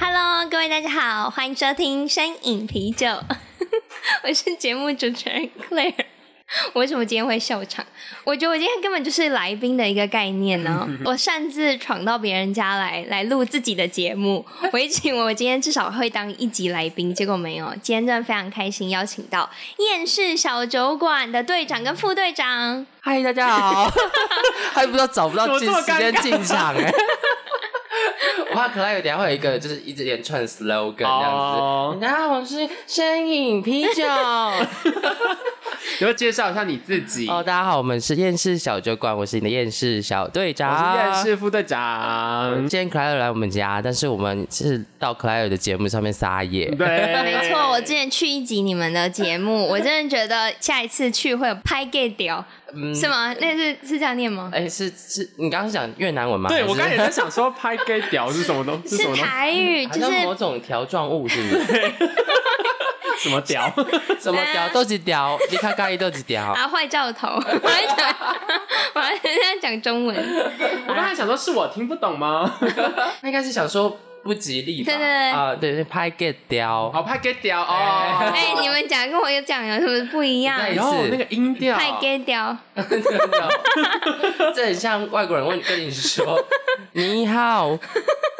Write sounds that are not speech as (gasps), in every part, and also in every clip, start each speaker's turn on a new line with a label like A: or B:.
A: Hello，各位大家好，欢迎收听《深饮啤酒》， (laughs) 我是节目主持人 Claire。我为什么今天会笑场？我觉得我今天根本就是来宾的一个概念呢、我擅自闯到别人家来来录自己的节目，我一直以为我今天至少会当一级来宾，结果没有。今天真的非常开心，邀请到厌世小酒馆的队长跟副队长。
B: 嗨，大家 (laughs) 好！还不知道找不到进
C: 怎么
B: 时
C: 这么
B: 间
C: 尴尬
B: 进场哎、我怕可爱有点会有一个就是一直连串 slogan 这样
C: 哦
B: 子。大家好，我是深饮啤酒。 (laughs) 哦，
C: 你要介绍一下你自己。
A: 哦
B: 大家好，我们是厌世小酒馆，我是你的厌世小队长。
C: 我是院士副队长
A: 哦
B: 今。天克莱尔来我们家，但是我们是到克莱尔的节目上面撒野。
C: 对，
A: (laughs) 没错，我之前去一集你们的
C: (laughs)
A: 节目，我真的觉得下一次去会有拍 gay 屌，
C: 嗯
A: 是吗？那是是这样念吗？
B: 哎、是是，你刚刚是讲越南文吗？
C: 对
B: 还是
C: 我刚才也在想说拍 gay 屌是什么
A: (laughs)
C: 东是什
A: 是
C: 么东
A: 台
B: (laughs)
A: 语，
B: 好
A: 就
B: 像
A: 是
B: 某种条状物是不
C: (laughs)
B: 是？
C: 什么
A: (laughs)
C: 屌？
B: 什么条都几条，你看咖喱都几 (laughs)
C: (laughs)
B: 条。
A: 啊，坏兆头，我还讲，我还在讲中文，
C: 我刚才想说是我听不懂
A: (laughs)
C: 吗？
B: 他应该是想说不吉利吧？
A: 对对对
B: 啊、对对，拍 get 掉。
C: 好拍 gay 屌
B: 哎
C: 哦。
A: 哎、你们讲跟我有讲有什么不一样？
B: 你
C: 然后那个音调，
A: 太 gay 掉，
B: 真的，这很像外国人问跟你 (laughs) 说：“你 (laughs) 好，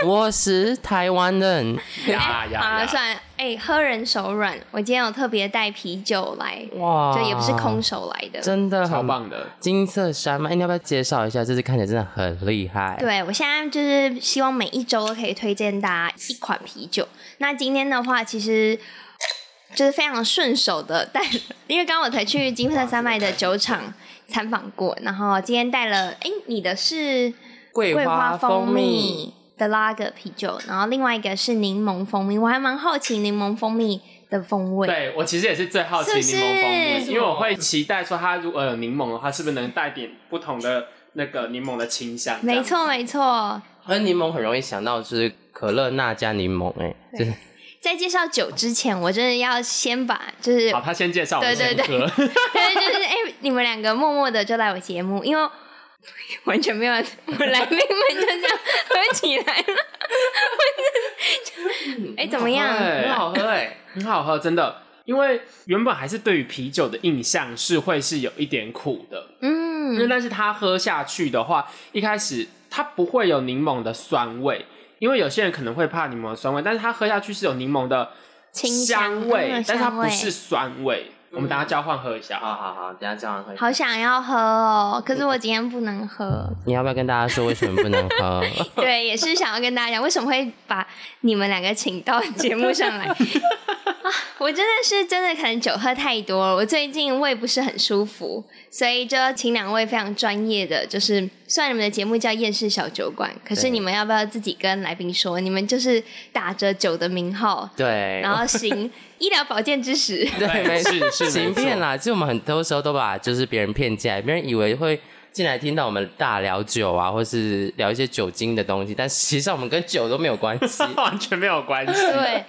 B: 我是台湾人。
C: 呀呀
A: 好了，
C: 呀！
A: 算了，哎、喝人手软，我今天有特别带啤酒来”，
B: 哇，
C: 哦
A: 就也不是空，手来的。
B: 真的
C: 超
B: 很。
C: 棒的。
B: 金色山脉，哎你要不要介绍一下？这次看起来真的很厉害。，
A: 对，我现在就是希望每一周都可以推荐大家一款啤酒。那今天的话，其实就是非常顺手的带，因为刚刚我才去金色山脉的酒厂参访过，然后今天带了，哎，你的是
B: 桂花蜂
A: 蜂
B: 蜜。
A: 的拉格啤酒，然后另外一个是柠檬蜂蜜，我还蛮好奇柠檬蜂蜜的风味。
C: 对我其实也是最好奇柠
A: 是不是
C: 檬蜂蜜，
A: 是
C: 因为我会期待说它如果有柠檬的话，是不是能带点不同的那个柠檬的清香？
A: 没，错，没错。
B: 而柠檬很容易想到就是可乐那加柠檬、哎，
A: 对
B: 就是
A: 在介绍酒之前，我真的要先把就是
C: 好，他先介绍，我们
A: 对对
C: 先喝。
A: (laughs) 对，就是哎、你们两个默默的就来我节目，因为完全没有我来宾们就这样合起来了。 (laughs) 我真的哎、怎么样？
C: 对
B: 很好喝哎、
C: 很好喝，真的。因为原本还是对于啤酒的印象是会是有一点苦的，因为
A: 嗯，
C: 但是它喝下去的话，一开始它不会有柠檬的酸味，因为有些人可能会怕柠檬的酸味，但是它喝下去是有柠檬的
A: 清
C: 香
A: 味，
C: 味
A: 嗯，
C: 但是它
A: 香
C: 不
A: 味
C: 是酸味。我们大家交换喝一下啊！
B: 好好好，等一下这样会。
A: 好想要喝哦，可是我今天不能喝。
B: 你要不要跟大家说为什么不能喝？
A: 对，也是想要跟大家讲，为什么会把你们两个请到节目上来啊？我真的是真的可能酒喝太多了，我最近胃不是很舒服，所以就要请两位非常专业的，就是虽然你们的节目叫厌世小酒馆，可是
B: 对
A: 你们要不要自己跟来宾说，你们就是打着酒的名号，
B: (laughs) 对，
A: 然后行医疗保健之实？
B: (laughs) 对，没事，
C: 是是
B: 行
C: 没错
B: 骗啦。其实我们很多时候都把就是别人骗进来，别人以为会进来听到我们大聊酒啊，或是聊一些酒精的东西，但实际上我们跟酒都没有关
C: (laughs)
B: 系。
C: (laughs) 完全没有关系，
A: 对，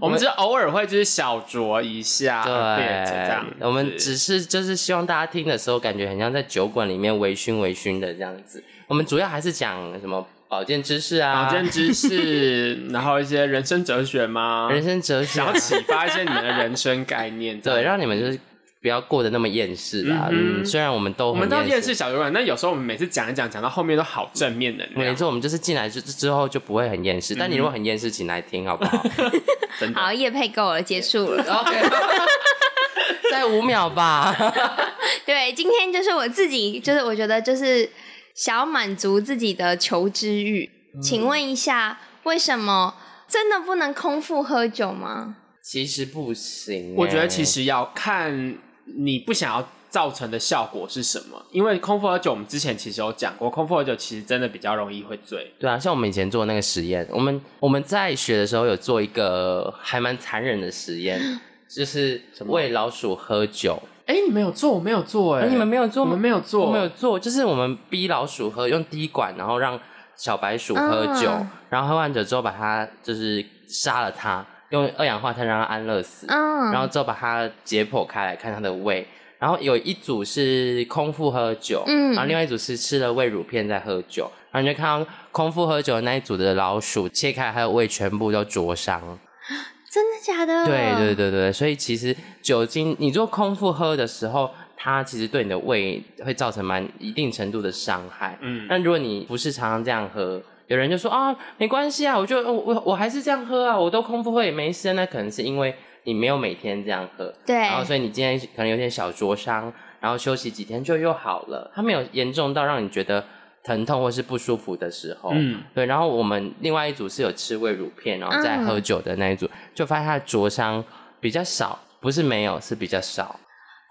C: 我们只是偶尔会就是小酌一下，啊对，就这
B: 对
C: 样子。，
B: 我们只是就是希望大家听的时候，感觉很像在酒馆里面微醺微醺的这样子。我们主要还是讲什么保健知识啊，
C: 保健知识，然后一些人生哲学吗？
B: 人生哲学
C: 想
B: 啊、
C: 要启发一些你们的人生概念，这样
B: 对，让你们就是不要过得那么厌世啦。
C: 嗯哼
B: 嗯，虽然我们都
C: 我
B: 很
C: 们都
B: 厌
C: 厌世小酒馆，但有时候我们每次讲一讲，讲到后面都好正面能
B: 没
C: 量，
B: 错，我们就是进来之之后就不会很厌世，
C: 嗯
B: 但你如果很厌世，请来听好不好？
C: 真的。
A: (laughs) 好，夜配够了，结束了。
B: OK，在五秒 (laughs) 吧。
A: 对，今天就是我自己，就是我觉得就是想要满足自己的求知欲。
B: 嗯
A: 请问一下，为什么真的不能空腹喝酒吗？
B: 其实不行欸、
C: 我觉得其实要看你不想要造成的效果是什么？因为空腹喝酒，我们之前其实有讲过，空腹喝酒其实真的比较容易会醉。
B: 对啊，像我们以前做那个实验，我们我们在学的时候有做一 (laughs) 个还蛮残忍的实 (gasps) 验，就是喂老鼠喝酒。
C: 哎、你们有做，我没有做、哎、
B: 哎你们没有做
C: 我
B: 吗
C: 们没有
B: 我
C: 做，
B: 们有做，就是我们逼老鼠喝，用滴管，然后让小白鼠喝酒，
A: 啊
B: 然后喝完酒之后把它就是杀了它，用二氧化碳让它安乐死，
A: 嗯，
B: 然后之后把它解剖开来看它的胃。然后有一组是空腹喝酒，
A: 嗯
B: 然后另外一组是吃了胃乳片在喝酒，然后你就看到空腹喝酒的那一组的老鼠切开它的胃，全部都灼伤。
A: 真的假的？
B: 对对对对，所以其实酒精，你做空腹喝的时候，它其实对你的胃会造成蛮一定程度的伤害。
C: 嗯，
B: 但如果你不是常常这样喝，有人就说啊，没关系啊，我就我我我还是这样喝啊，我都空腹喝也没事啊。那可能是因为你没有每天这样喝，
A: 对
B: 然后所以你今天可能有点小灼伤，然后休息几天就又好了，它没有严重到让你觉得疼痛或是不舒服的时候。
C: 嗯，
B: 对，然后我们另外一组是有吃胃乳片，然后再喝酒的那一组，就发现它的灼伤比较少，不是没有，是比较少。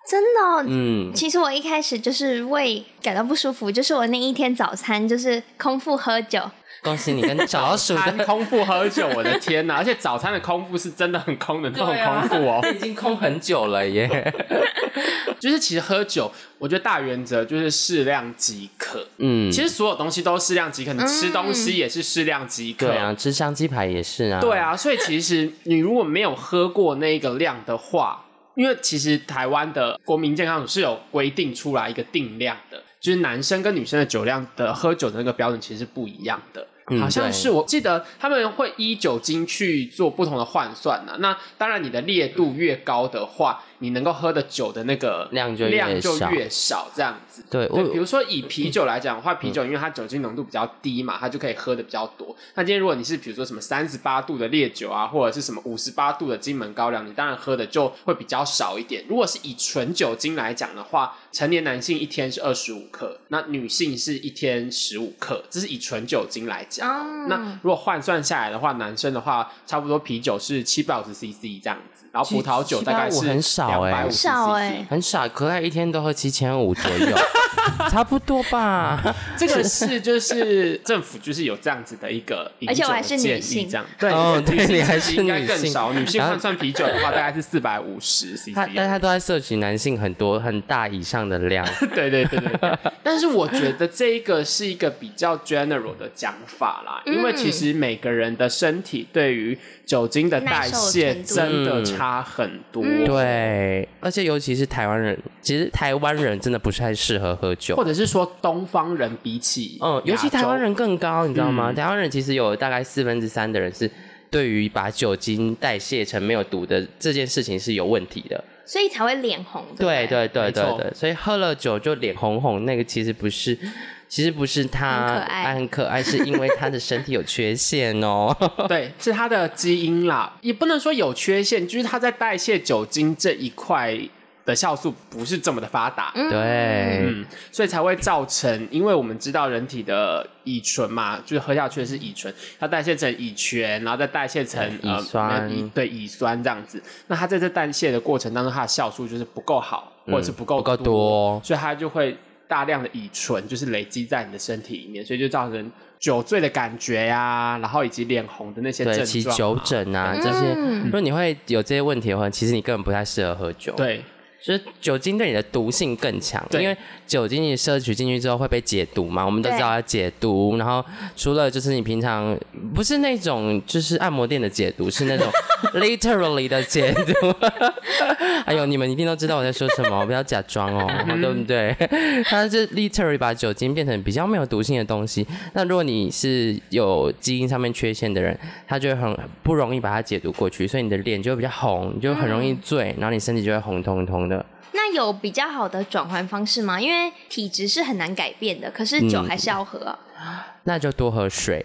A: 真的哦。
C: (laughs)
B: 嗯，
A: 其实我一开始就是胃感到不舒服，就是我那一天早餐就是空腹喝酒，
B: 恭喜你跟小老
C: (laughs)
B: 鼠
C: 含
B: 的，
C: 啊空腹喝酒，我的天哪！而且早餐的空腹是真的很空的那种
B: 对啊
C: 空腹
B: (laughs)
C: 哦、
B: (laughs) 已经空很久了耶。
C: 就是其实喝酒，我觉得大原则就是适量即可。
B: 嗯，
C: 其实所有东西都适量即可，你吃东
A: 嗯
C: 西也是适量即可。
B: 对啊，吃香鸡排也是啊。
C: 对，啊，所以其实你如果没有喝过那个量的话，因为其实台湾的国民健康署是有规定出来一个定量的，就是男生跟女生的酒量的喝酒的那个标准其实是不一样的。
B: 嗯
C: 好像
B: 对
C: 是我记得他们会依酒精去做不同的换算呢、那当然，你的烈度越高的话，你能够喝的酒的那个
B: 量就越
C: 量就
B: 少
C: 越少，这样子。
B: 对
C: 对，比
B: 我嗯
C: 如说以啤酒来讲的话，啤酒因为它酒精浓度比较低嘛，它就可以喝的比较多。那今天如果你是比如说什么三十八度的烈酒啊，或者是什么五十八度的金门高粱，你当然喝的就会比较少一点。如果是以纯酒精来讲的话，成年男性一天是二十五克，那女性是一天十五克，这是以纯酒精来
B: 啊
C: 讲。
A: 哦
C: 那如果换算下来的话，男生的话，差不多啤酒是七百五十 CC 这样子，然后葡萄酒大概是
B: 750很少欸
C: 250 CC
A: 少欸
B: 很少，可爱一天都喝七千五左
C: (laughs)
B: 右，差不多吧。
C: 这个
A: (laughs)
C: 是就是政府就是有这样子的一个饮酒的
A: 而且我还是
C: 建
A: 女
C: 议
A: 性
C: 这样对
B: 哦对
C: 女性
B: 你还
C: 其实
B: 是
C: 应该
B: 女
C: 更
B: 性
C: 少，女性
B: 然后
C: 换算啤酒的话大概是四百五十 CC，
B: 他但他都在摄取男性很多很大以上的
C: (laughs)
B: 量。
C: 对对对对对。但是我觉得这一个是一个比较 general 的讲法啦，
A: 嗯
C: 因为其实每个人的身体对于酒精的代谢
B: 程
A: 耐受
C: 真
B: 度
C: 的差很多。
A: 嗯
B: 对，而且尤其是台湾人，其实台湾人真的不太适合喝酒
C: 或。者是说东方人比起
B: 嗯，尤其
C: 亚洲
B: 台湾人更高，你知道吗？
C: 嗯
B: 台湾人其实有大概四分之三的人是对于把酒精代谢成没有毒的这件事情是有问题的。
A: 所以才会脸红。
B: 对
A: 对不对
B: 对对
C: 没
B: 对
C: 错
B: 对，所以喝了酒就脸红红，那个其实不是，其实不是他
A: 很可爱
B: 很可爱是因为他的身体有缺陷
A: (laughs)
B: 哦。
C: 对，是它的基因啦，也不能说有缺陷，就是它在代谢酒精这一块的酵素不是这么的发达，
A: 嗯
B: 对，
C: 嗯，所以才会造成，因为我们知道人体的乙醇嘛，就是喝下去的是乙醇，它代谢成乙醛，然后再代谢成
B: 乙
C: 呃
B: 酸
C: 乙对乙酸这样子。那它在这代谢的过程当中，它的酵素就是不够好，或者是不够
B: 嗯不够多
C: 所以它就会大量的乙醇就是累积在你的身体里面，所以就造成酒醉的感觉呀、然后以及脸红的那些
B: 对，
C: 症
B: 起
C: 状、
B: 酒，疹啊
A: 嗯
B: 这些，如果你会有这些问题的话，其实你根本不太适合喝酒。，
C: 对，
B: 就是酒精对你的毒性更强，
C: 对
B: 因为酒精你摄取进去之后会被解毒嘛，我们都
A: 对
B: 知道要解毒。然后除了就是你平常不是那种就是按摩店的解毒，是那种 literally 的解毒。 (laughs) 哎呦，你们一定都知道我在说什么，不要假装哦，对不对？它是 literally 把酒精变成比较没有毒性的东西。那如果你是有基因上面缺陷的人，它就会很不容易把它解毒过去，所以你的脸就会比较红，你就很容易醉，然后你身体就会红彤彤的。
A: 那有比较好的转换方式吗？因为体质是很难改变的，可是
B: 嗯
A: 酒还是要喝啊、
B: 那就多喝水，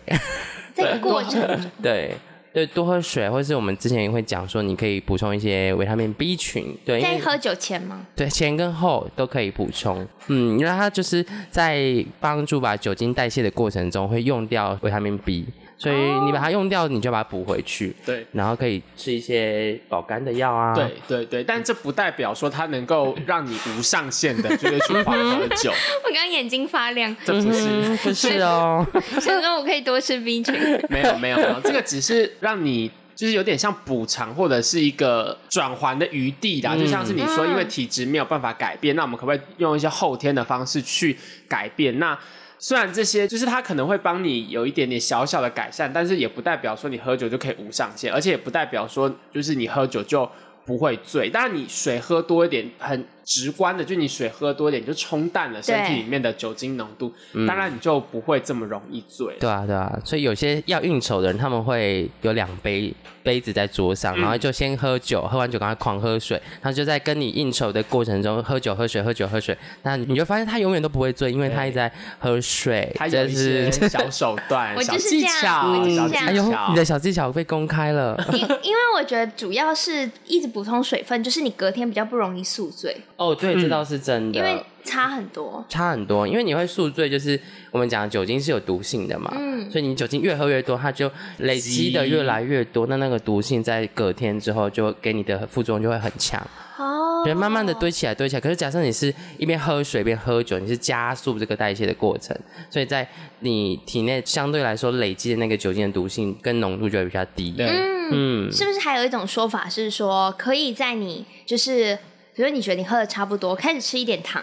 A: 这个过程，
B: 对。对，多喝水，或是我们之前会讲说，你可以补充一些维他命 B 群，对，因
A: 在
B: 为
A: 喝酒前吗？ (laughs)
B: 对前跟后都可以补充，嗯，因为它就是在帮助把酒精代谢的过程中会用掉维他命 B，所以
A: 哦
B: 你把它用掉，你就把它补回去。
C: 对
B: 然后可以吃一些保肝的药啊。
C: 对对对，但这不代表说它能够让你无上限
B: (laughs)
C: 的就是去狂喝酒，
A: 我刚刚眼睛发亮，
C: 这不是
B: (laughs) 嗯，不是哦，
A: (laughs) 想说我可以多吃 B 群。
C: 没有没有没有，这个只是让你。就是有点像补偿或者是一个转环的余地啦，
B: 嗯
C: 就像是你说，因为体质没有办法改变，那我们可不可以用一些后天的方式去改变？那虽然这些就是它可能会帮你有一点点小小的改善，但是也不代表说你喝酒就可以无上限，而且也不代表说就是你喝酒就不会醉。当然，你水喝多一点，很直观的，就你水喝多一点，你就冲淡了身体里面的酒精浓度，当然你就不会这么容易醉。
B: 对啊，对啊，所以有些要应酬的人，他们会有两杯杯子在桌上，然后就先喝酒，喝完酒赶快狂喝水，他就在跟你应酬的过程中喝酒、喝水、喝酒、喝水，那你就发现他永远都不会醉，因为他一直在喝水，
C: 他有
B: 这
C: 一
B: 是
C: 些。小手段、
A: (laughs) 我
C: 小
A: 就是
C: 技
A: 这样
C: 巧、
A: 我就是
C: 小
A: 这
C: 技
A: 样嗯
B: 哎呦，
C: 巧
B: 你的。小技巧被公开了，
A: 因因为我觉得主要是一直补充水分，就是你隔天比较不容易宿醉，
B: (laughs) 哦，对，啊这倒是真的，
A: 因为差很多。
B: 差很多，因为你会宿醉，就是我们讲酒精是有毒性的嘛，
A: 嗯
B: 所以你酒精越喝越多，它就累积的越来越多，那那个毒性在隔天之后就给你的副作用就会很强，
A: 哦，
B: 所以慢慢的堆起来堆起来。可是假设你是一边喝水一边喝酒，你是加速这个代谢的过程，所以在你体内相对来说累积的那个酒精的毒性跟浓度就会比较低。
C: 对，
B: 嗯，
A: 是不是还有一种说法是说，可以在你就是，比如你觉得你喝的差不多，开始吃一点糖，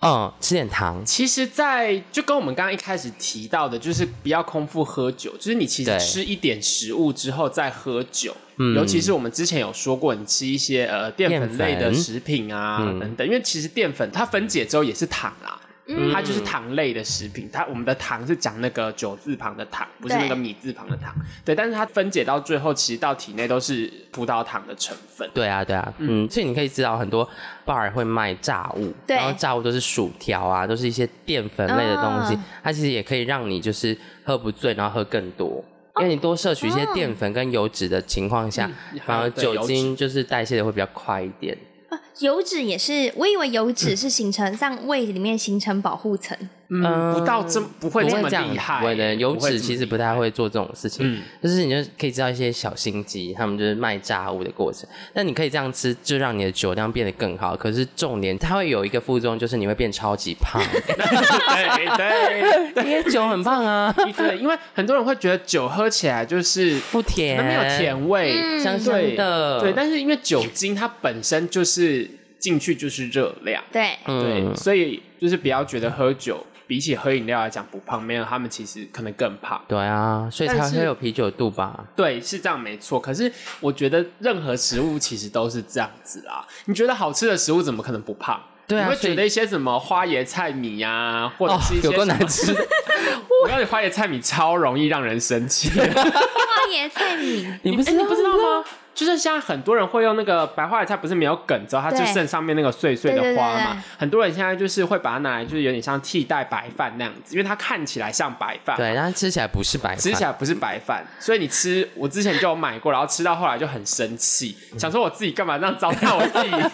B: 哦，吃点糖，
C: 其实在，就跟我们刚刚一开始提到的，就是不要空腹喝酒，就是你其
B: 对
C: 实吃一点食物之后再喝酒，
B: 嗯
C: 尤其是我们之前有说过，你吃一些呃淀
B: 淀
C: 粉类的
B: 粉
C: 食品啊
B: 嗯
C: 等等，因为其实淀粉它分解之后也是糖啦。
A: 嗯
C: 它就是糖类的食品，它我们的糖是讲那个九字旁的糖，不是
A: 对
C: 那个米字旁的糖。对，但是它分解到最后，其实到体内都是葡萄糖的成分。
B: 对啊，对啊，嗯，所以你可以知道很多 bar 会卖炸物，
A: 对
B: 然后炸物都是薯条啊，都是一些淀粉类的东西，
C: 嗯
A: 啊
B: 它其实也可以让你就是喝不醉，然后喝更多。因为你多摄取一些淀粉跟油脂的情况下，
C: 哦嗯
B: 反而
C: 对油
B: 酒
C: 脂
B: 精就是代谢的会比较快一点。
A: 啊油脂也是，我以为油脂是形成让胃里面形成保护层，
C: 嗯，不到这不会
B: 不
C: 这
B: 会
C: 么
B: 这样
C: 厉害，
B: 不会的，油
C: 不会
B: 脂
C: 这么
B: 其实不太会做这种事情。
C: 嗯
B: 就是你就可以知道一些小心机，他们就是卖炸物的过程。但你可以这样吃，就让你的酒量变得更好。可是重点，它会有一个副作用，就是你会变超级胖。
C: 对对
B: 因为酒很胖啊，
C: 对对，因为很多人会觉得酒喝起来就是
B: 不甜，
C: 那没有，甜味，
A: 嗯
B: 香香
C: 对
B: 的，
C: 对，但是因为酒精它本身就是进去就是热量，
A: 对，
B: 嗯
C: 对，，所以就是不要觉得喝酒比起喝饮料来讲不胖，没有他们其实可能更胖。
B: 对啊，所以才
C: 但是
B: 会有啤酒肚吧？
C: 对，是这样没错。可是我觉得任何食物其实都是这样子啦。你觉得好吃的食物怎么可能不胖？
B: 对啊
C: 你会
B: 所以
C: 觉得一些什么花椰菜米呀、或者
B: 哦
C: 是一，些
B: 有
C: 什
B: 够
C: 么、
B: 难吃，
C: (laughs) 我告诉你，花椰菜米超容易让人生气。
A: 花椰菜米，
B: (laughs) 你不
C: 哎、
B: 知道
C: 你不知道吗？就是现在很多人会用那个白花椰菜，不是没有梗之后，它就
A: 对
C: 剩上面那个碎碎的
A: 对对对
C: 花嘛。
A: 对
C: 很多人现在就是会把它拿来，就是有点像替代白饭那样子，因为它看起来像白饭，
B: 对，但是吃起来不是白饭，
C: 吃起来不是白饭，所以你吃，我之前就有买过，然后吃到后来就很生气，
B: 嗯
C: 想说我自己干嘛这样糟蹋我自己？
B: (laughs)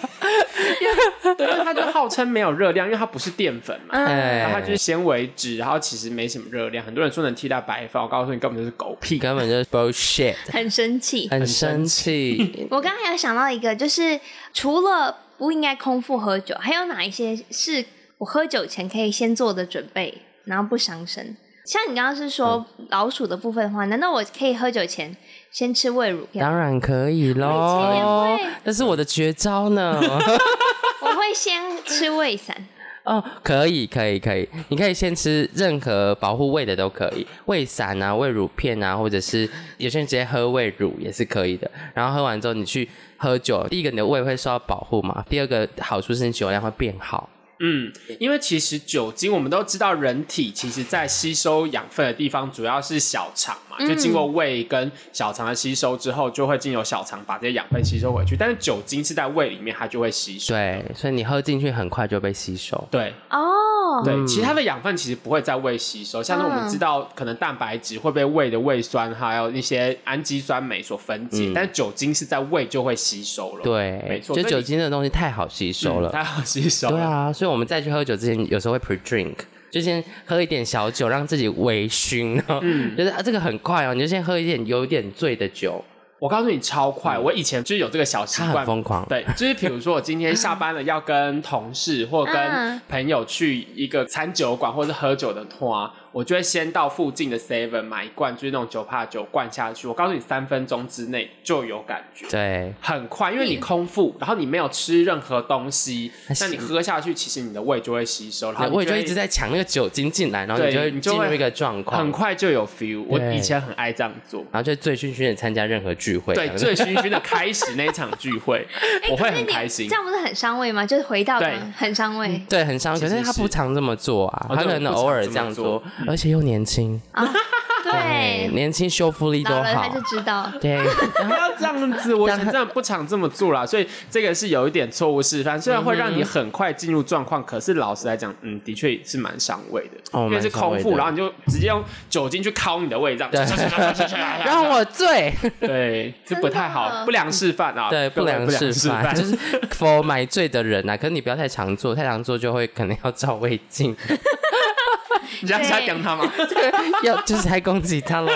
C: 对，因为它就号称没有热量，因为它不是淀粉嘛，然后它就是
B: 哎，
C: 纤维质，然后其实没什么热量。很多人说能替代白饭，我告诉你根本就是狗屁。
B: 根本就是 bullshit，
A: 很生气。
B: 很生
A: (laughs)
B: 气。
A: 我刚刚还有想到一个，就是除了不应该空腹喝酒，还有哪一些是我喝酒前可以先做的准备，然后不伤身？像你刚刚是说
C: 嗯
A: 老鼠的部分的话，难道我可以喝酒前先吃胃乳
C: 啊
A: 片？
B: 当然可以
A: 我
B: 喽
A: 以前也会，
B: 但是我的绝招呢？
A: 我会先吃胃散，
B: 哦，可以，可以，可以，你可以先吃任何保护胃的都可以，胃散啊、胃乳片啊，或者是有些人直接喝胃乳也是可以的。然后喝完之后你去喝酒，第一个你的胃会受到保护嘛，第二个好处是你酒量会变好。
C: 嗯，因为其实酒精，我们都知道，人体其实在吸收养分的地方主要是小肠嘛，就经
B: 嗯
C: 过胃跟小肠的吸收之后，就会经由小肠把这些养分吸收回去。但是酒精是在胃里面，它就会吸收。
B: 对，所以你喝进去很快就被吸收。
C: 对
A: 哦，
C: 对，其他的养分其实不会在胃吸收，像是我们知道，可能蛋白质会被胃的胃酸还有一些氨基酸酶所分解，但是酒精是在胃就会吸收了。嗯没
B: 嗯对，
C: 错
B: 就
C: 所以
B: 酒
C: 你
B: 精的东西太好吸收
C: 嗯
B: 了。啊
C: 它要吸收。
B: 对，啊，所以我们在去喝酒之前，有时候会 pre drink，就先喝一点小酒，让自己微醺，然后
C: 嗯
B: 就是啊这个很快哦，你就先喝一点有点醉的酒，
C: 我告诉你超快，我以前就是有这个小习
B: 嗯他很
C: 惯。
B: 疯狂，
C: 对，就是比如说我今天下班了，要跟同事或跟
A: 嗯
C: 朋友去一个餐酒馆或是喝酒的拖，我就会先到附近的 Seven 买一罐，就是那种酒趴酒灌下去。我告诉你，三分钟之内就有感觉。
B: 对，
C: 很快，因为你空腹，然后你没有吃任何东西
B: 那，
C: 那你喝下去，其实你的胃就会吸收，然后
B: 我也就
C: 会
B: 一直在抢那个酒精进来，然后你就
C: 对
B: 会
C: 你就
B: 进
C: 会
B: 入一个状况，
C: 很快就有 feel。我
B: 对
C: 以前很爱这样做，
B: 然后就醉醺醺的参加任何聚会，啊
C: 对，
B: 这样子
C: 醉醺醺的开始那一场聚会，我会很开心
A: 这。哎样不是很伤胃吗？就是回到
C: 对嗯
A: 很伤胃，
B: 对，很伤。
C: 其
B: 可
C: 实
B: 是他
C: 是
B: 不常这么做啊，
C: 哦
B: 他
C: 对
B: 可能
C: 不常
B: 偶尔
C: 这
B: 这
C: 么
B: 样
C: 做嗯
B: 做，而且又年轻，哎
A: 对，
B: 年轻修复力都
A: 老了他
B: 好
A: 就，知道。
C: (laughs)
B: 对，
C: 不要这样子，我以前真的不常这么做啦，所以这个是有一点错误示范。虽然会让你
A: 嗯
C: 很快进入状况，可是老实来讲，嗯，的确是蛮伤胃的，
B: 哦
C: 因为是空
B: 蛮伤胃
C: 腹，
B: 的
C: 然后你就直接用酒精去敲你的胃，
B: (laughs)
C: 这样，
B: 让我醉，
C: 对，这不太
A: 真
C: 好，
A: 的
C: 不良示范啊，
B: 对，
C: 各
B: 不
C: 位
B: 良示范，就是 for 买醉的人啊。可是你不要太常做，太常做就会可能要照胃镜， (laughs)
C: 你这样是在讲
A: (laughs)
C: 他吗？
B: 要就是在攻击他喽。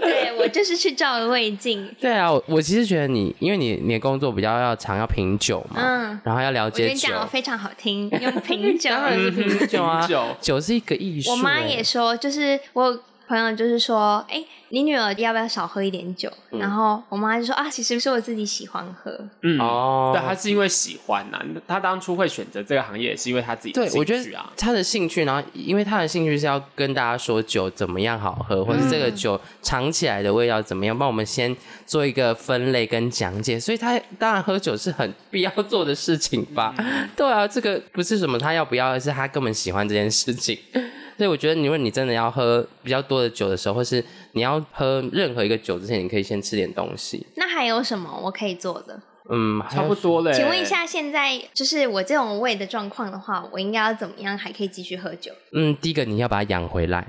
A: 对我就是去照了胃镜，
B: (laughs) 对啊，我我其实觉得你，因为你你的工作比较要常要品酒嘛，
A: 嗯
B: 然后要了
A: 我觉
B: 解
A: 得你
B: 酒
A: 讲，的非常好听，用品酒。
B: 当然是品酒啊
C: 品嗯酒，
B: 酒是一个艺术欸。
A: 我妈也说，就是我有朋友就是说，哎、你女儿要不要少喝一点酒？
B: 嗯
A: 然后我妈就说啊，其实是我自己喜欢喝，
C: 嗯，
B: 哦，
C: 对，他是因为喜欢呐、他当初会选择这个行业也是因为他自己的
B: 对，我
C: 兴
B: 觉
C: 趣
B: 得
C: 啊。
B: 他的兴趣，然后因为他的兴趣是要跟大家说酒怎么样好喝，或者这
A: 嗯
B: 个酒尝起来的味道怎么样，帮我们先做一个分类跟讲解。所以他当然喝酒是很必要做的事情吧？
C: 嗯
B: 对啊，这个不是什么他要不要，而是他根本喜欢这件事情。 (laughs) 所以我觉得，如果你真的要喝比较多的酒的时候，或是你要喝任何一个酒之前，你可以先吃点东西。
A: 那还有什么我可以做的？
B: 嗯，还有
C: 差不多嘞。
A: 请问一，下，现在就是我这种胃的状况的话，我应该要怎么样还可以继续喝酒？
B: 嗯，第一个你要把它养回来。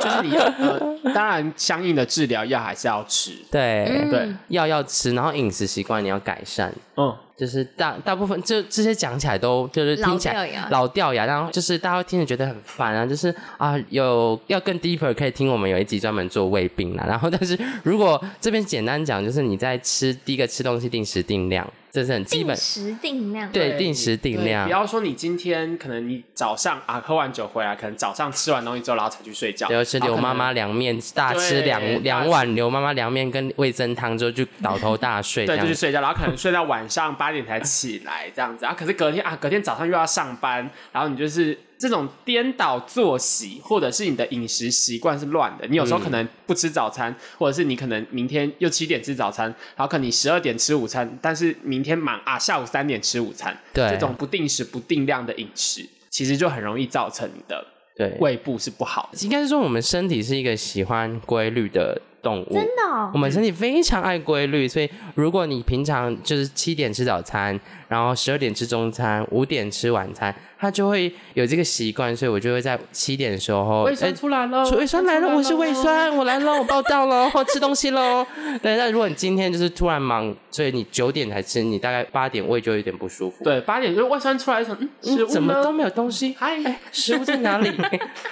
C: 就是你要、呃、当然相应的治疗药还是要吃。
B: 哎对，
A: 嗯
C: 对，
B: 药要吃，然后饮食习惯你要改善。
C: 嗯，
B: 就是大大部分这这些讲起来都就是听起
A: 老
B: 来
A: 掉牙
B: 老掉牙，然后就是大家会听着觉得很烦啊，就是啊有要更 deeper 可以听我们有一集专门做胃病啦。然 (laughs) 后但是如果这边简单讲，就是你在吃第一个吃东西定时定量，这是很基
A: 定
B: 本
A: 时定量。
B: 对定时定量
C: 不。要说你今天可能你早上啊喝完酒回来，可能早上吃完东西之后然后才去睡觉，
B: 然后吃刘妈妈
C: 然后
B: 凉面，大吃
C: 对
B: 两
C: 大吃
B: 两碗刘妈妈凉面跟味噌汤之后就倒头大睡，
C: 可
B: 这
C: (laughs) 能
B: 样
C: 对
B: 子
C: 就去睡觉，然后可能睡到晚上八点才起来这样子啊。可是隔天啊，隔天早上又要上班，然后你就是这种颠倒作息，或者是你的饮食习惯是乱的。你有时候
B: 嗯
C: 可能不吃早餐，或者是你可能明天又七点吃早餐，然后可能你十二点吃午餐，但是明天忙啊下午三点吃午餐，
B: 对
C: 这种不定时不定量的饮食，其实就很容易造成你的
B: 对。
C: 胃部是不好的。
B: 应该是说我们身体是一个喜欢规律的动物，
A: 真的哦
B: 我们身体非常爱规律，所以如果你平常就是七点吃早餐，然后十二点吃中餐，五点吃晚餐，它就会有这个习惯，所以我就会在七点的时候，
C: 胃酸
B: 哎
C: 出来了，
B: 胃酸来了，我是胃酸，我来喽，我报道
C: (laughs)
B: 喽，吃东西喽。对，那如果你今天就是突然忙，所以你九点才吃，你大概八点胃就有点不舒服。
C: 对，八点就是胃酸出来，想嗯，食
B: 嗯，
C: 物
B: 怎么都
C: 呢？
B: 没有东西，
C: 嗨，
B: 食物在哪
A: (laughs)
B: 里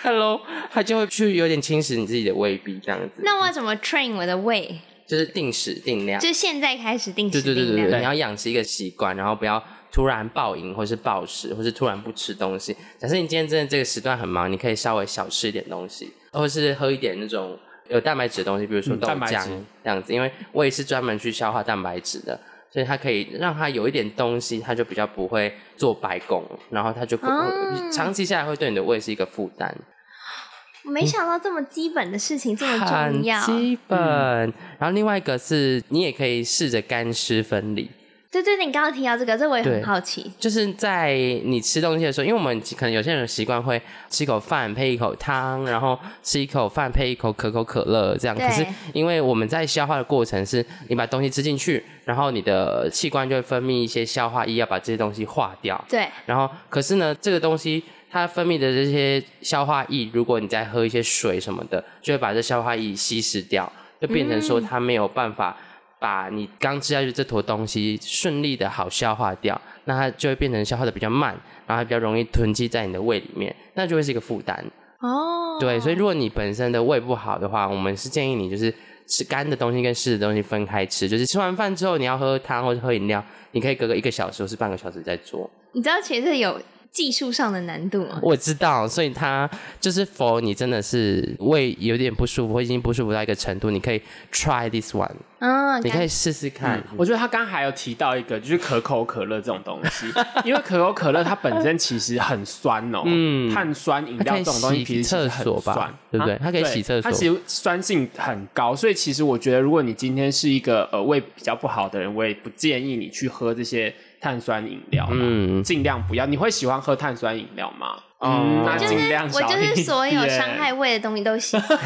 B: ？Hello，它就会去有点侵蚀你自己的胃壁，这样子，
A: 那我要怎么 train 我的胃？
B: 就是定时定量。
A: 就现在开始定
B: 对
A: 时
B: 对对
A: 定
B: 对
A: 量。
B: 对，你要养成一个习惯，然后不要突然暴饮或是暴食，或是突然不吃东西。假设你今天真的这个时段很忙，你可以稍微少吃一点东西，或是喝一点那种有蛋白质的东西，比如说
C: 嗯
B: 豆
C: 蛋白
B: 浆
C: 质
B: 这样子，因为胃是专门去消化蛋白质的。所以它可以让它有一点东西，它就比较不会做白工，然后它就不、
A: 哦
B: 长期下来会对你的胃是一个负担。
A: 我没想到这么基本的事情这么
B: 很
A: 重要。
B: 基本。嗯然后另外一个是你也可以试着干湿分离，
A: 对对，对你刚刚提到这个，这我也
B: 对
A: 很好奇。
B: 就是在你吃东西的时候，因为我们可能有些人习惯会吃一口饭配一口汤，然后吃一口饭配一口可口可乐这样。
A: 对
B: 可是因为我们在消化的过程是，你把东西吃进去，然后你的器官就会分泌一些消化液，要把这些东西化掉。
A: 对，
B: 然后可是呢，这个东西它分泌的这些消化液，如果你再喝一些水什么的，就会把这消化液稀释掉，就变成说它没有办法把你刚吃下去这坨东西顺利的好消化掉，那它就会变成消化的比较慢，然后它比较容易囤积在你的胃里面，那就会是一个负担。
A: 哦，
B: 对，所以如果你本身的胃不好的话，我们是建议你就是吃干的东西跟湿的东西分开吃，就是吃完饭之后你要喝汤或者喝饮料，你可以隔个一个小时或是半个小时再做。
A: 你知道其实有技术上的难度吗？
B: 我知道，所以它就是否你真的是胃有点不舒服，或已经不舒服到一个程度，你可以 try this one，
A: 啊，
B: 哦你可
A: 感
B: 以试试看。
C: 嗯我觉得他刚刚还有提到一个，就是可口可乐这种东西，
B: (laughs)
C: 因为可口可乐它本身其实很酸哦，
B: 嗯
C: 碳酸饮料
B: 它可
C: 这
B: 以
C: 种东西其
B: 洗
C: 实其
B: 厕
C: 实很
B: 所
C: 酸
B: 吧，，对不对？
C: 啊
B: 它可以洗厕所
C: 它。其实酸性很高，所以其实我觉得，如果你今天是一个呃胃比较不好的人，我也不建议你去喝这些碳酸饮料，嗯，
B: 嗯，
C: 尽量不要。你会喜欢喝碳酸饮料吗？
B: 嗯
C: 那
A: 就
C: 尽
A: 是
C: 量
A: 我
C: 少一
A: 就
C: 点。
A: 是所有伤害胃的东西都喜欢，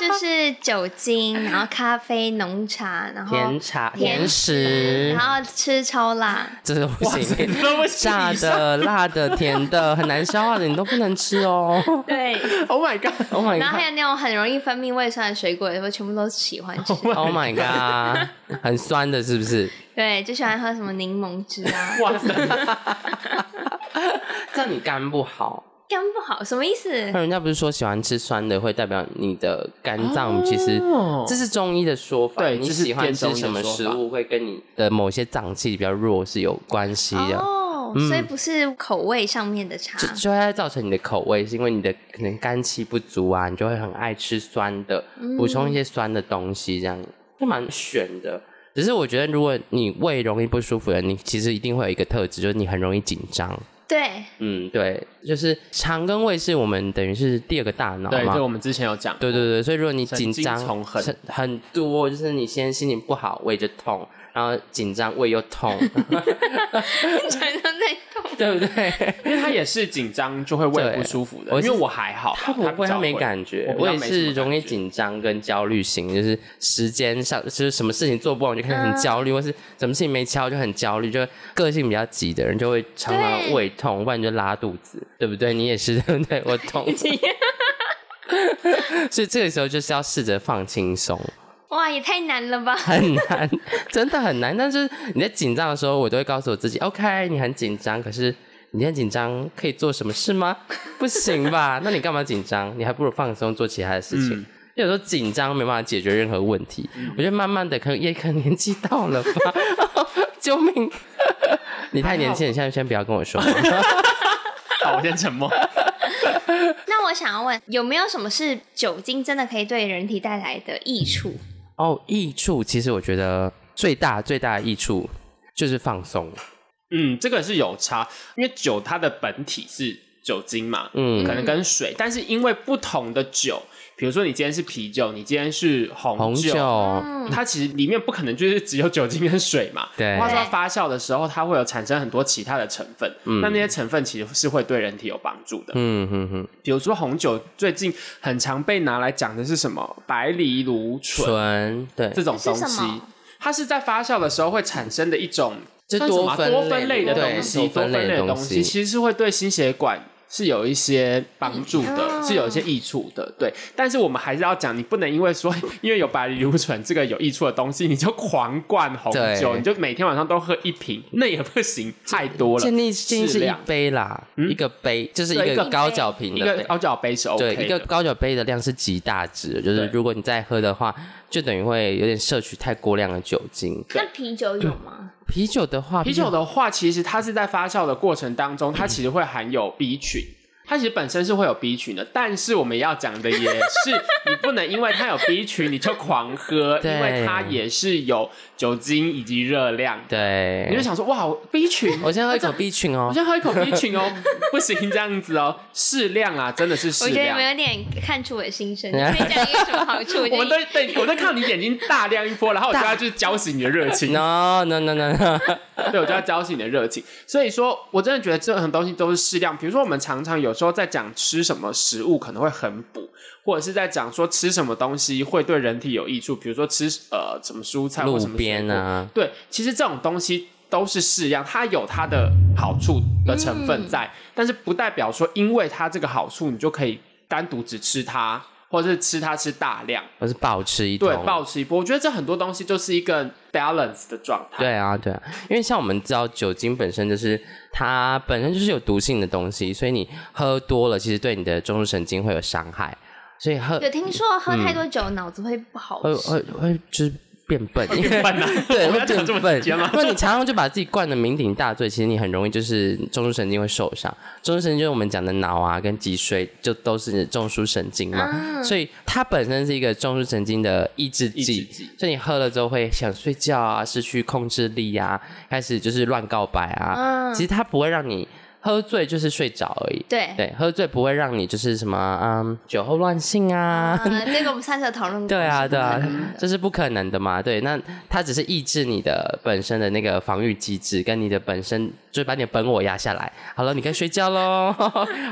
A: 就是酒精，然后咖啡、浓茶，然后
B: 甜茶、
A: 甜
B: 甜食
A: 然，后吃超辣，
B: 这个不行。
C: 对不起
B: (laughs) 炸的、辣的、甜的，很难消化的，你都不能吃哦。
A: (laughs) 对，
C: ，Oh my god！
B: Oh my
A: (laughs) 然后
B: god！Oh
A: 还有那种很容易分泌胃酸的水果，我全部都喜欢吃，
B: my god！很 (laughs) 酸的，是不是？
A: 对，就喜欢喝什么柠檬汁
C: (laughs)
A: 啊，
C: 哇塞，
B: 这样你肝不好。
A: 肝不好什么意思
B: 那？人家不是说喜欢吃酸的会代表你的肝脏 (laughs) 其实
C: 哦
B: 这是中医的说法，
C: 对
B: 你
C: 这是
B: 喜欢吃什么食物会跟你的某些脏器比较弱是有关系的，
A: 哦，所以不是口味上面的差
B: 啊就就会造成你的口味，是因为你的可能肝气不足啊，你就会很爱吃酸的，
C: 嗯
B: 补充一些酸的东西，这样就蛮选的。只是我觉得，如果你胃容易不舒服的，你其实一定会有一个特质，就是你很容易紧张。
A: 对，
B: 嗯，对，就是肠跟胃是我们等于是第二个大脑
C: 对，
B: 嘛
C: 这，我们之前有讲，
B: 对对对，所以如果你紧张
C: 神经丛很
B: 很很多，就是你先心情不好，胃就痛，然后紧张胃又
C: (laughs)
B: 痛，
A: 全都在痛。
B: 对不对？
C: 因为他也是紧张就会胃不舒服的，
B: 我
C: 因
B: 是
C: 为我还好，
B: 他不会，
C: 比较
B: 他没感觉。
C: 我
B: 我
C: 比较
B: 也
C: 没什么
B: 是容易
C: 感觉
B: 紧张跟焦虑型，就是时间上就是什么事情做不完我就开
C: 啊
B: 始很焦虑，或是什么事情没敲就很焦虑，就个性比较急的人就会常常
A: 对
B: 胃痛，不然就拉肚子，对不对？你也是， (laughs) 对不对？我
C: (laughs)
B: 痛。 (laughs) 所以这个时候就是要试着放轻松。
A: 哇，也太难了吧！
B: 很难， (laughs) 真的很难。但是你在紧张的时候，我都会告诉我自己，OK，你很紧张，可是你很紧张可以做什么事吗？ (laughs) 不行吧？那你干嘛紧张？你还不如放松做其他的事情。
C: 嗯
B: 有时候紧张没办法解决任何问题，我觉得慢慢的可能也可能年纪到了吧， (laughs) 救命！ (laughs) 你太年轻，你现在先不要跟我说 (laughs) 话。
C: 好，我先
B: (laughs)
C: 沉默。
A: 那我想要问，有没有什么是酒精真的可以对人体带来的益处？
B: 哦，益处其实我觉得最大最大的益处就是放松。
C: 嗯，这个是有差，因为酒它的本体是酒精嘛，
B: 嗯
C: 可能跟水，但是因为不同的酒，比如说你今天是啤酒，你今天是
B: 红酒，
C: 它其实里面不可能就是只有酒精跟水嘛。
B: 对
C: 它在发酵的时候，它会有产生很多其他的成分，那那些成分其实是会对人体有帮助的。
B: 嗯哼哼。
C: 比如说红酒最近很常被拿来讲的是什么白藜芦醇
B: 醇，对，
C: 这种东
A: 是什
C: 西
A: 么，
C: 它是在发酵的时候会产生的一种
B: 就
C: 算什么
B: 多
C: 啊
B: 酚
C: 多
B: 类
C: 酚
B: 的
C: 类的
B: 对
C: 东西，
B: 多
C: 多
B: 酚
C: 酚
B: 类的
C: 类的
B: 东
C: 东
B: 西
C: 西其实是会对心血管是有一些帮助的，
A: 嗯
C: 是有一些益处的。对，但是我们还是要讲，你不能因为说因为有白藜芦醇这个有益处的东西，你就狂灌红
B: 对
C: 酒，你就每天晚上都喝一瓶，那也不行，太多了
B: 建。议建议
C: 适
B: 是一
C: 量
B: 杯啦，一个杯就是
C: 嗯对
B: 一
C: 一
B: 个
C: 个
B: 高脚瓶
C: 一
B: 的
C: 个哦
B: 杯。
C: 高脚杯是 OK
B: 对，
C: 的，
B: 一个高脚杯的量是极大值的，就是
C: 对
B: 如果你再喝的话，就等于会有点摄取太过量的酒精。
A: 那啤酒有吗？
B: 啤酒的话，
C: 啊啤酒的话，其实它是在发酵的过程当中，它其实会含有 B 群。它其实本身是会有 B 群的，但是我们要讲的也是，你不能因为它有 B 群你就狂喝，因
B: 对
C: 为它也是有酒精以及热量的。你就
B: 对，
C: 想说，哇我，B 群，
B: 我现在喝一口 B 群哦，
C: 我先喝一口 B 群哦，不行这样子哦，适量啊，真的是适
A: 我觉得你
C: 量
A: 们。有点看出我的心声，所以这样有什么好处？
C: 我们都对，我在看到你眼睛大亮一波，然后我就要就是浇熄你的热情，
B: no no no no
C: (laughs)
B: no，
C: 对，我就要浇熄你的热情。所以说我真的觉得这种东西都是适量。比如说，我们常常有时候在讲吃什么食物可能会很补，或者是在讲说吃什么东西会对人体有益处，比如说吃呃什么蔬菜或
B: 路
C: 什么
B: 边
C: 水果。
B: 啊，
C: 对，其实这种东西都是适量，它有它的好处的成分在，但是不代表说因为它这个好处你就可以单独只吃它。或者是吃它吃大量，
B: 我是暴吃一通，
C: 对，暴吃一波。我觉得这很多东西就是一个 balance 的状态。
B: 对啊，对啊，因为像我们知道酒精本身就是它本身就是有毒性的东西，所以你喝多了，其实对你的中枢神经会有伤害，所以喝
A: 有听说喝太多酒脑子会不好
B: 会
A: 使，
B: 会会就是变笨，
C: (laughs)
B: 因为
C: 变笨啊
B: (laughs) 对，
C: 我们
B: 会
C: 要讲这
B: 变
C: 么
B: 笨
C: 直接吗。
B: 因为你常常就把自己灌的酩酊大醉，其实你很容易就是中枢神经会受伤。中枢神经就是我们讲的脑啊跟脊髓，就都是中枢神经嘛，所以它本身是一个中枢神经的抑制
C: 抑制
B: 剂
C: 剂，
B: 所以你喝了之后会想睡觉啊，失去控制力啊，开始就是乱告白啊。
A: 嗯
B: 其实它不会让你喝醉，就是睡着而已。
A: 对，
B: 对，喝醉不会让你就是什么嗯酒后乱性啊，
A: 嗯，这个我们上次有讨论过，
B: 对啊，
A: 是
B: 对啊
A: 不可能，的
B: 这是不可能的嘛。对，那它只是抑制你的本身的那个防御机制，跟你的本身就是把你的本我压下来。好了，你可以睡觉喽。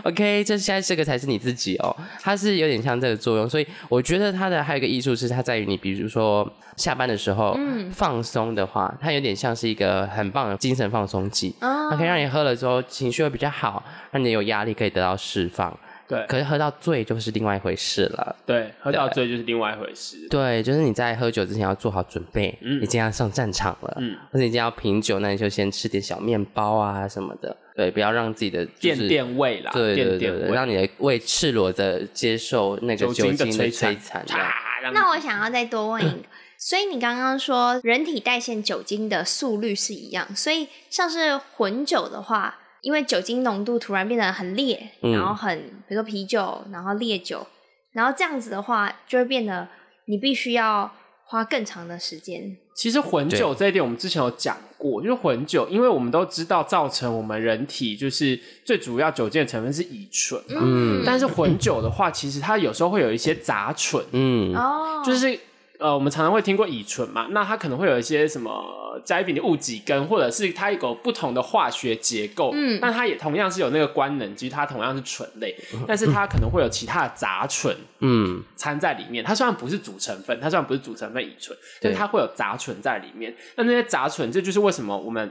B: OK，这现在这个才是你自己哦，它是有点像这个作用。所以我觉得它的还有一个艺术是它在于你，比如说下班的时候、
A: 嗯
B: 放松的话，它有点像是一个很棒的精神放松剂，
A: 啊
B: 它可以让你喝了之后情绪会比较好，让你有压力可以得到释放。
C: 对
B: 可是喝到醉就是另外一回事了。
C: 对，喝到醉就是另外一回事。
B: 对，啊就是你在喝酒之前要做好准备，你今天要上战场了，
C: 嗯
B: 或者你今天要品酒，那你就先吃点小面包啊什么的，对，不要让自己的、就是、
C: 垫垫胃啦，
B: 对对
C: 垫
B: 对
C: 垫
B: 对，
C: 胃，
B: 让你的胃赤裸的接受那个
C: 酒
B: 酒
C: 精的
B: 精的
C: 摧
B: 摧
C: 残
B: 残，这样
C: 啪让你
A: 那我想要再多
C: (laughs)
A: 问一个，所以你刚刚说人体代谢酒精的速率是一样，所以像是混酒的话，因为酒精浓度突然变得很烈，
B: 嗯
A: 然后很比如说啤酒，然后烈酒，然后这样子的话，就会变得你必须要花更长的时间。
C: 其实混酒这一点，我们之前有讲过，就是混酒，因为我们都知道造成我们人体就是最主要酒精的成分是乙醇嘛，
B: 嗯
C: 但是混酒的话，其实它有时候会有一些杂醇，
B: 嗯，
A: 哦，
C: 就是呃，我们常常会听过乙醇嘛，那它可能会有一些什么甾丙的戊己根，或者是它有不同的化学结构，
A: 嗯
C: 但它也同样是有那个官能基，它同样是醇类，但是它可能会有其他的杂醇，
B: 嗯，
C: 掺在里面。它虽然不是主成分，它虽然不是主成分乙醇，
B: 对
C: 但它会有杂醇在里面。那那些杂醇，这就是为什么我们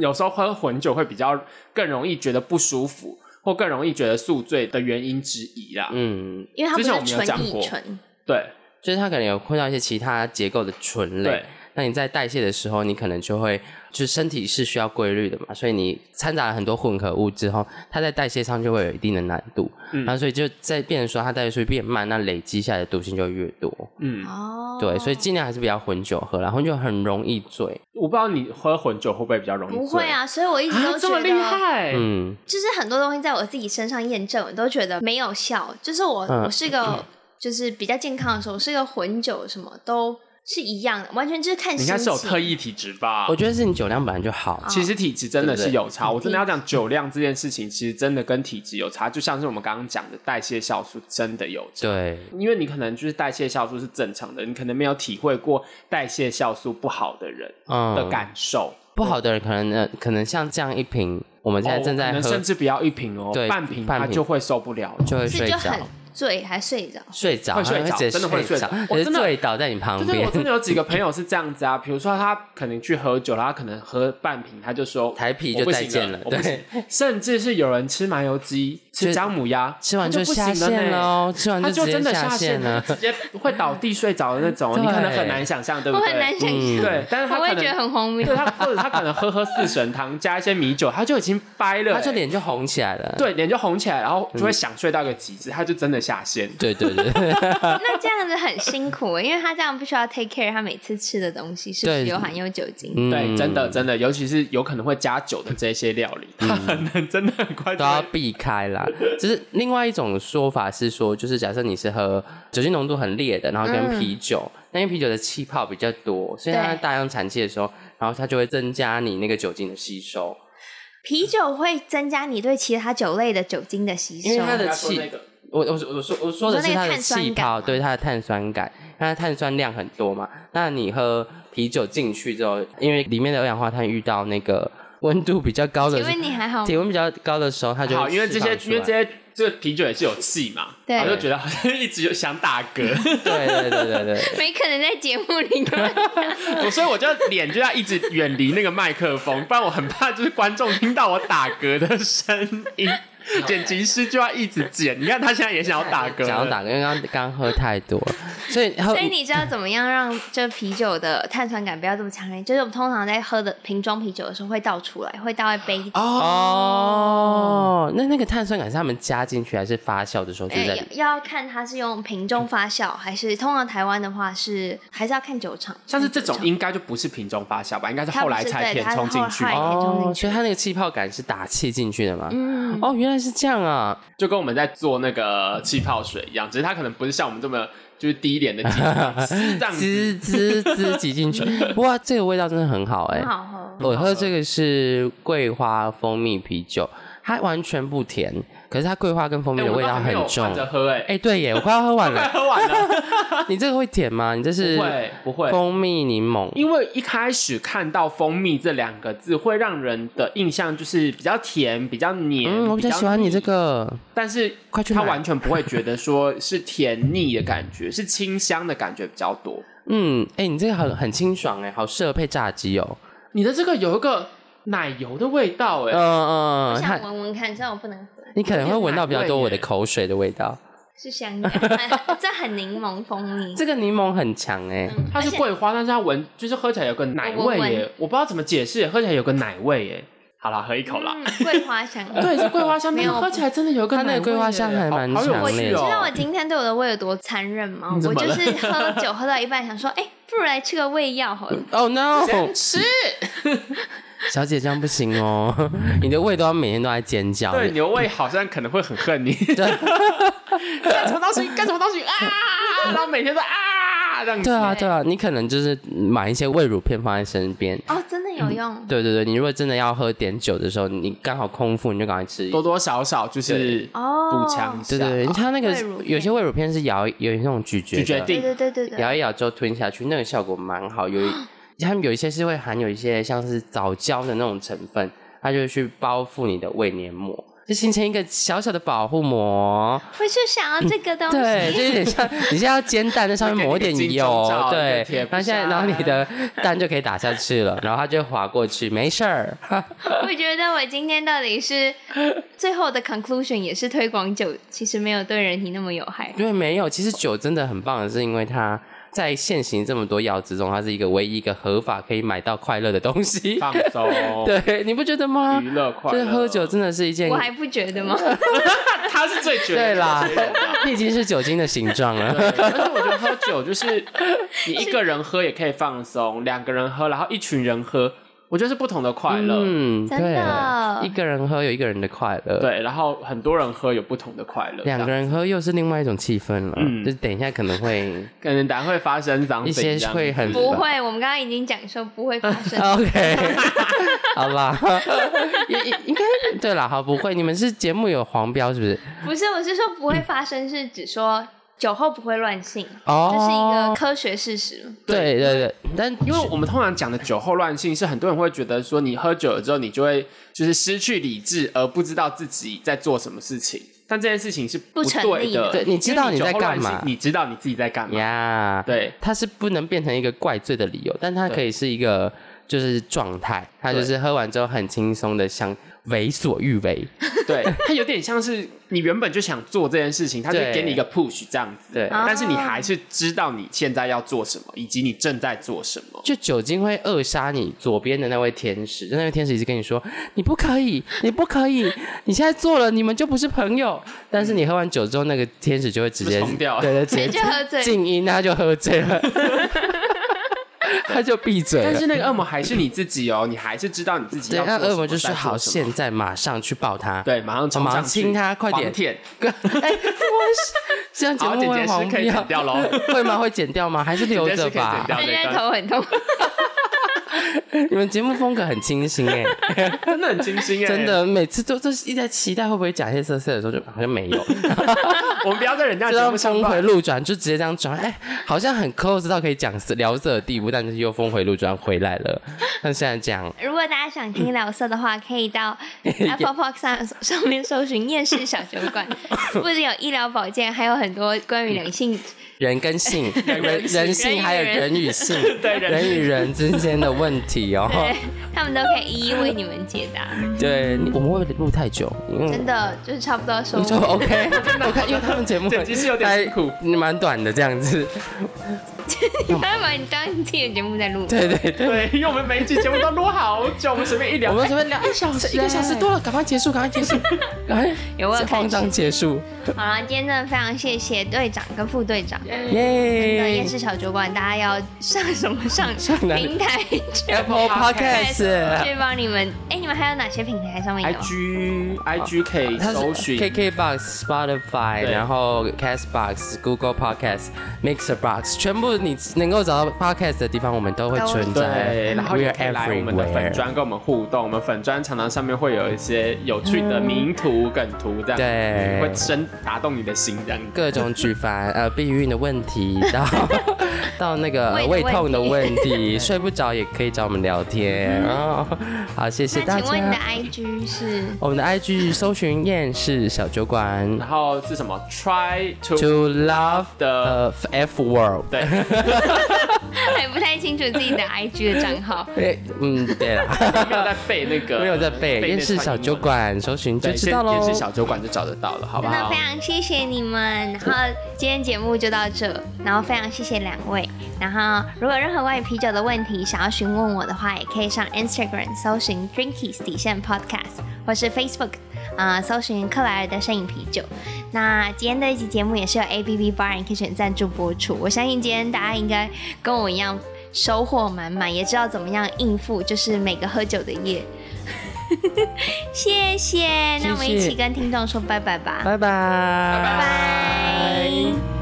C: 有时候喝混酒会比较更容易觉得不舒服，或更容易觉得宿醉的原因之一啦。
B: 嗯，
A: 因为它不
C: 之前我
A: 是
C: 们有
A: 纯
C: 讲
A: 乙
C: 过
A: 醇，
C: 对
B: 就是它可能有混到一些其他结构的醇类
C: 对，
B: 那你在代谢的时候，你可能就会，就是身体是需要规律的嘛，所以你掺杂了很多混合物之后，它在代谢上就会有一定的难度，
C: 嗯
B: 然后所以就在变成说它代谢速率变慢，那累积下来的毒性就会越多，
C: 嗯，
A: 哦，
B: 对，所以尽量还是不要混酒喝啦，混酒很容易醉，
C: 我不知道你喝混酒会不会比较容易
A: 不会
C: 醉
A: 啊，所以我一直
C: 啊
A: 都，
C: 这
A: 觉
C: 么
A: 得
C: 厉害，
B: 嗯，
A: 就是很多东西在我自己身上验证，我都觉得没有效。就是我，
B: 嗯
A: 我是个就是比较健康的时候，我是个混酒，什么都是一样的，完全就是看
C: 你
A: 心
C: 应
A: 情。
C: 该是有特异体质吧？
B: 我觉得是你酒量本来就好，
A: 嗯哦
C: 其实体质真的是有差，我真的要讲酒量这件事情，其实真的跟体质有差，就像是我们刚刚讲的代谢酵素真的有差。
B: 对，
C: 因为你可能就是代谢酵素是正常的，你可能没有体会过代谢酵素不好的人
B: 嗯，
C: 的感受。
B: 不好的人可能呃可能像这样一瓶，我们现在
C: 哦
B: 正在
C: 可能
B: 喝，
C: 甚至不要一瓶哦，
B: 对
C: 半瓶
B: 半
C: 他
B: 瓶
C: 就会受不了了。
B: 就会
A: 是
B: 睡
A: 就
B: 着
A: 很。醉，还睡着。
B: 睡着，
C: 会睡
B: 他
C: 着
B: 直接
C: 真的会睡
B: 着
C: 着，我
B: 而且
C: 真的
B: 醉倒在你旁
C: 就是
B: 边
C: 我。真的有几
B: (laughs)
C: 个朋友是这样子啊，比如说他可能去喝酒，然后他可能喝半瓶，他就说
B: 台啤就
C: 我不行
B: 再见了
C: 了，我不行。甚至是有人吃麻油鸡、
B: 就
C: 吃姜母鸭，
B: 吃完
C: 他
B: 就
C: 就不
B: 下
C: 行
B: 线
C: 呢
B: 了哦，吃完
C: 他
B: 直
C: 就
B: 接
C: 真的
B: 下
C: 线
B: 了。
C: 直接会倒地睡着的那
B: (laughs)
C: 种，你可能很难想象，对嗯不
A: 我
C: 对？
A: 很难想象，
C: 对，但 (laughs) 是他
A: 我
C: 可
A: 会
C: 能
A: 觉得很荒谬
C: 对。他或者他可能喝喝四神汤加一些米酒，他就已经掰了、欸
B: 他就脸就嗯红起来了。
C: 对脸就红起来，然后就会想睡到个极致，他就真的下线。
B: 对对对对
A: (laughs) 那这样子很辛苦，因为他这样必须要 take care 他每次吃的东西是不
B: 对
A: 是有含有酒精。
C: 对，
B: (laughs) 嗯
C: 真的真的，尤其是有可能会加酒的这些料理，
B: 嗯
C: 他 (laughs) 很能真的很快
B: 都
C: 就
B: 要
C: 会
B: 避开啦。只是另外一种说法是说，就是假设你是喝酒精浓度很烈的，然后
A: 嗯
B: 跟啤酒，那因为啤酒的气泡比较多，所以它
A: 对
B: 在大量产气的时候，然后它就会增加你那个酒精的吸收，
A: 啤酒会增加你对其他酒类的酒精的吸收，
B: 因为它的
C: 他说
B: 气
C: 那个
B: 我我我说我说的是它的气
A: 你说那个碳酸感
B: 泡，
A: 吗
B: 对它的碳酸感，它的碳酸量很多嘛。那你喝啤酒进去之后，因为里面的二氧化碳遇到那个温度比较高的
A: 请
B: 时候，
A: 问你还好吗？
B: 体温比较高的时候，它就会
C: 好，因为这
B: 释
C: 些
B: 放出
C: 因为这
B: 来
C: 些这个啤酒也是有气嘛，
A: 对
C: 我就觉得好像一直有想打嗝， (laughs)
B: 对对对对对，
A: 没可能在节目里跟我
C: 我所以我就脸就要一直远离那个麦克风，不然我很怕就是观众听到我打嗝的声
B: (laughs)
C: 音。剪辑师就要一直剪，你看他现在也想要打嗝，
B: 想要打嗝，因为刚刚喝太多了，所以
C: 哦
B: 喝
A: 所以你知道怎么样让这啤酒的碳酸感不要这么强烈？就是我们通常在喝的瓶装啤酒的时候会倒出来，会倒在杯底，
B: 哦，那那个碳酸感是他们加进去还是发酵的时候就
A: 哎
B: 在
A: 要要看它是用瓶中发酵，还是通常台湾的话是还是要看酒厂。
C: 像是这种应该就不是瓶中发酵吧，应该是
A: 它不是
C: 后来才填充进去
A: 对它是后，来
B: 哦，所以它那个气泡感是打气进去的嘛？嗯，哦，原来是这样啊！
C: 就跟我们在做那个气泡水一样，只是它可能不是像我们这么就是低廉的技术，是这样子。
B: (laughs) 滋滋滋挤进去，哇，这个味道真的很好哎、
A: 很好
C: 嗯
A: 喝，
B: 我喝这个是桂花蜂蜜啤酒，它完全不甜，可是它桂花跟蜂蜜
C: 哎
B: 的
C: 我
B: 味道
C: 刚刚没
B: 很
C: 有
B: 重。
C: 换着喝哎、
B: 哎、对耶，我快要喝完
C: 快
B: 了。
C: 喝完了，
B: 你这个会甜吗？你这是
C: 不会不会
B: 蜂蜜柠檬？
C: 因为一开始看到“蜂蜜”这两个字，会让人的印象就是比较甜、比较黏。
B: 嗯，我比较喜欢你这
C: 腻，
B: 个。
C: 但是
B: 快去
C: 它
B: 买
C: 完全不会觉得说是甜腻的感觉，是清香的感觉比较多。
B: 嗯，哎、你这个很很清爽哎，好适合配炸鸡哦。
C: 你的这个有一个奶油的味道哎、
B: 嗯嗯，
A: 呃我
B: 它
A: 想闻闻看，虽然我不能喝，
B: 你可能会闻到比较多我的
C: 有点奶味耶
B: 口水的味道。
A: 是
C: (laughs)
A: 香的， (laughs) 很这很柠檬蜂蜜。
B: 这个柠檬很强哎、
A: 嗯
C: 它是桂花，但是它闻就是喝起来有个奶味
A: 我闻
C: 耶，我不知道怎么解释，喝起来有个奶味耶。好啦，喝一口啦。
A: 嗯桂花香。
C: 对，是桂花香，
A: (laughs) 没
C: 但
A: 有
C: 是喝起来真的有个
B: 它那个
C: 奶味
B: 桂花
C: 耶
B: 香还
C: 好
B: 蛮
C: 好有
B: 强
C: 趣
B: 烈的
C: 哦
A: 你知道我今天对我的胃有多残忍吗？
C: 你怎
A: 我
C: 么
A: 就
C: 了
A: 是喝酒喝到一半，想说，哎、不如来吃个胃药好了。
B: 哦 no，
C: 吃，
B: (laughs) 小姐这样不行哦，你的胃都要每天都在尖叫。
C: (laughs)
B: 啊
C: 对，牛胃好像可能会很恨你。 (laughs) 干什么东西？干什么东西啊！然后每天都啊这样
B: 对
C: 子。
B: 啊，对啊，你可能就是买一些胃乳片放在身边。
A: 哦，真的有用。
B: 对对对，你如果真的要喝点酒的时候，你刚好空腹，你就赶快吃一。
C: 多多少少就是
A: 哦
C: 补强一下。
B: 对对对，它那个
A: 胃乳片
B: 有些胃乳片是咬，有那种咀嚼的
C: 咀嚼定
A: 对对对对对
B: 咬一咬之后吞下去，那个效果蛮好。有一他们有一些是会含有一些像是藻胶的那种成分，它就会去包覆你的胃黏膜，就形成一个小小的保护膜。
A: 我就想要这个东西。
B: 对，就有点像你现在要煎蛋，但上面抹一点
C: 会给你个金钟
B: 油
C: 罩，一
B: 对
C: 个铁，布
B: 然后现在
C: 衫
B: 然后你的蛋就可以打下去了，然后它就会滑过去，没事儿。
A: (laughs) 我觉得我今天到底是最后的 conclusion 也是推广酒，其实没有对人体那么有害。
B: 因为没有，其实酒真的很棒的是，因为它在现行这么多药之中，它是一个唯一一个合法可以买到快乐的东西。
C: 放 (laughs) 松，
B: 对，你不觉得吗？
C: 哦娱乐快
B: 就是
C: 乐。
B: 喝酒，真的是一件 (laughs)
A: 我还不觉得吗？
C: 他是最绝
B: 对
C: 对
B: 啦，你已经是酒精的形状啊了。
C: 但是我觉得喝酒就是你一个人喝也可以放松，两个人喝，然后一群人喝，我觉得是不同的快 (laughs) 乐。
B: 嗯，
A: 真的
B: 对，一个人喝有一个人的快乐，，
C: 对，然后很多人喝有不同的快乐，
B: 两个人喝又是另外一种气氛了。
C: 嗯
B: 就是等一下可能会
A: (laughs)
C: 可能等下会发生长
B: 一些会很
A: 不会，我们刚刚已经讲说不会发生。
B: (laughs) OK，好吧， (laughs) 也也应该对啦，好不会，你们是节目有黄标是不是？
A: 不是，我是说不会发生，是指说酒后不会乱性，
B: 哦，
A: 这是一个科学
B: (laughs)
A: 事实。
B: 对对对，但
C: 因为我们通常讲的酒后乱性，是很多人会觉得说，你喝酒了之后，你就会就是失去理智，而不知道自己在做什么事情。但这件事情是
A: 不成
C: 对
A: 立
C: 的，
A: 的
B: 对你知道
C: 因为
B: 你
C: 酒
B: 在
C: 后乱
B: 干嘛
C: 性你知道你自己在干嘛。
B: 呀，
C: 对，
B: 它是不能变成一个怪罪的理由，但它可以是一个就是状态，它就
C: 对
B: 是喝完之后很轻松的想为所欲为， (laughs)
C: 对，它有点像是你原本就想做这件事情，它就
B: 对
C: 给你一个 push 这样子。
B: 对
C: 但是你还是知道你现在要做什么，以及你正在做什么。
B: 就酒精会扼杀你左边的那位天使，就那位天使一直跟你说你不可以，你不可以，你现在做了你们就不是朋友。但是你喝完酒之后，那个天使就会直接
C: 嗯就冲掉
B: 对对，直
A: 直接
B: 接
A: 喝醉
B: 静音，他就喝醉
C: (laughs)
B: 了，他就闭嘴
C: 但
B: 了。
C: 是那个恶魔还是你自己哦，你还是知道你自己
B: 对，
C: 要做
B: 那
C: 什么。
B: 恶魔就是
C: 在做
B: 好，
C: 什么
B: 现在马上去抱他。
C: 对，马上冲
B: 马上
C: 上去
B: 亲他快点
C: 狂舔
B: 哎，我是这样节
C: 好，
B: 目
C: 剪
B: 会
C: 辑师
B: 黄
C: 可以
B: (laughs)
C: 剪掉喽。
A: 哎
B: 会吗？会剪掉吗？还是留着吧？
C: 剪辑师可以剪掉
A: 现在头很痛，
B: 你们节目风格很清新
C: (laughs)
B: 哎、
C: 真的很清
B: (laughs)
C: 新哎、
B: 真，的，每次都都是一直在期待会不会假黑色色的时候，就好像没
C: (laughs)
B: 有，
C: 我们不要在人
B: (laughs)
C: 家
B: 就
C: 节
B: 要
C: 目上
B: 峰回
C: 乱
B: 路转，就直接这样转，哎、好像很 close 到可以讲色聊色的地步，但是又峰回路转回来了。 (laughs) 像现在这样，
A: 如果大家想听聊色的话，可
B: (laughs)
A: 以到 Apple p o x 上上面搜寻“厌世小酒馆”， (laughs) 不仅有医疗保健，还有很多关于两性
B: 人跟
C: (laughs)
B: 性，人人性还有人与性，
C: 对人
B: 人与人之间的问题哦。
A: 对， (laughs) 他们都可以一一为你们解
B: (laughs)
A: 答。
B: 对，你我们会不会录太久？嗯，
A: 真的就是差不多收
B: 你就
A: 尾，
B: (laughs) OK，我看因为他们节目
C: 剪辑是有点辛苦
B: 还蛮短的这样子。 (laughs)
A: (laughs) 他们把你当自己的节目在录。
B: 对对对，
C: 对，因为我们每一集节目都录好久，我们随便一聊
B: 我，们准备聊一小时，一个小时多了，赶快结束，赶快结束， (laughs) 赶快
A: 有我有看
B: 慌张结束，
A: 好了，今天真的非常谢谢队长跟副队长。那
B: 耶
A: 夜市小酒馆，大家要上什么上
B: (laughs) 上哪里
A: 平台去
B: ！Apple (laughs) Podcast，
A: 去帮你们？哎，你们还有哪些平台上面有？
C: IG IG 可以
B: 哦它是
C: 搜寻
B: KKBox、Spotify，
C: 对
B: 然后 Castbox、Google Podcast、Mixer Box，全部你能够找到 Podcast 的地方，我们都会
A: 都会
B: 存在。
C: 对，然后
B: We
C: 也
B: are
C: 可以来我们的粉
B: everywhere。
C: 砖跟我们互动，我们粉砖常常上面会有一些有趣的名图、梗图这样，
B: 对
C: 会深打动你的心这样。
B: 各种举凡
A: (laughs)
B: 呃避孕的问题，到到那个呃胃
A: 胃的问题
B: 痛的问
A: (laughs)
B: 题，睡不着也可以找我们聊天哦。好，谢谢大
A: 嗯那请问你的
B: 家。
A: IG 是？ (laughs)
B: 我们的 IG 搜寻厌世小酒馆
C: 然后是什么？Try to
B: ，To Love
C: The-
B: the F World。
C: 对，
A: 还不太清楚自己的 IG 的账号。
B: 对，嗯，对啦，
C: (laughs) 没有在背那个，
B: 没有在背
C: 那
B: 厌世
C: 串
B: 小
C: 英文
B: 酒，馆，搜寻就
C: 对，
B: 知道喽
C: 厌。世小酒馆就找得到了，好不
A: 真的
C: 好
A: 非？常谢谢你们，然后今天节目就到这，然后非常谢谢两位，然后如果有任何关于啤酒的问题想要询问我的话，也可以上 Instagram 搜寻 Drinkies 底线 Podcast，或是 Facebook 啊、呃搜寻克莱尔的摄影啤酒。那今天的一集节目也是由 ABB Bar and Kitchen 赞助播出，我相信今天大家应该跟我一样收获满满，也知道怎么样应付就是每个喝酒的夜。 (laughs) 谢谢，那我们一
B: 谢谢
A: 起跟听众说拜拜吧。
B: 拜拜，拜
A: 拜拜。